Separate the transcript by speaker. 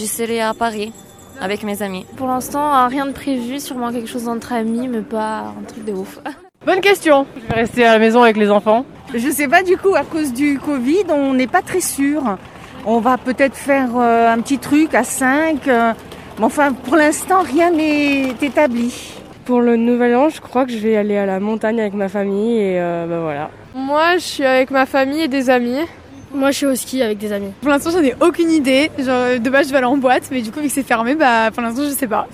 Speaker 1: Je serai à Paris avec mes amis.
Speaker 2: Pour l'instant, rien de prévu, sûrement quelque chose entre amis, mais pas un truc de ouf.
Speaker 3: Bonne question. Je vais rester à la maison avec les enfants.
Speaker 4: Je sais pas du coup, à cause du Covid, on n'est pas très sûr. On va peut-être faire euh, un petit truc à 5. euh, mais enfin, pour l'instant, rien n'est établi.
Speaker 5: Pour le nouvel an, je crois que je vais aller à la montagne avec ma famille et euh, bah voilà.
Speaker 6: Moi, je suis avec ma famille et des amis.
Speaker 7: Moi, je suis au ski avec des amis.
Speaker 6: Pour l'instant, j'en ai aucune idée. Genre, de base, je vais aller en boîte, mais du coup, vu que c'est fermé, bah, pour l'instant, je sais pas.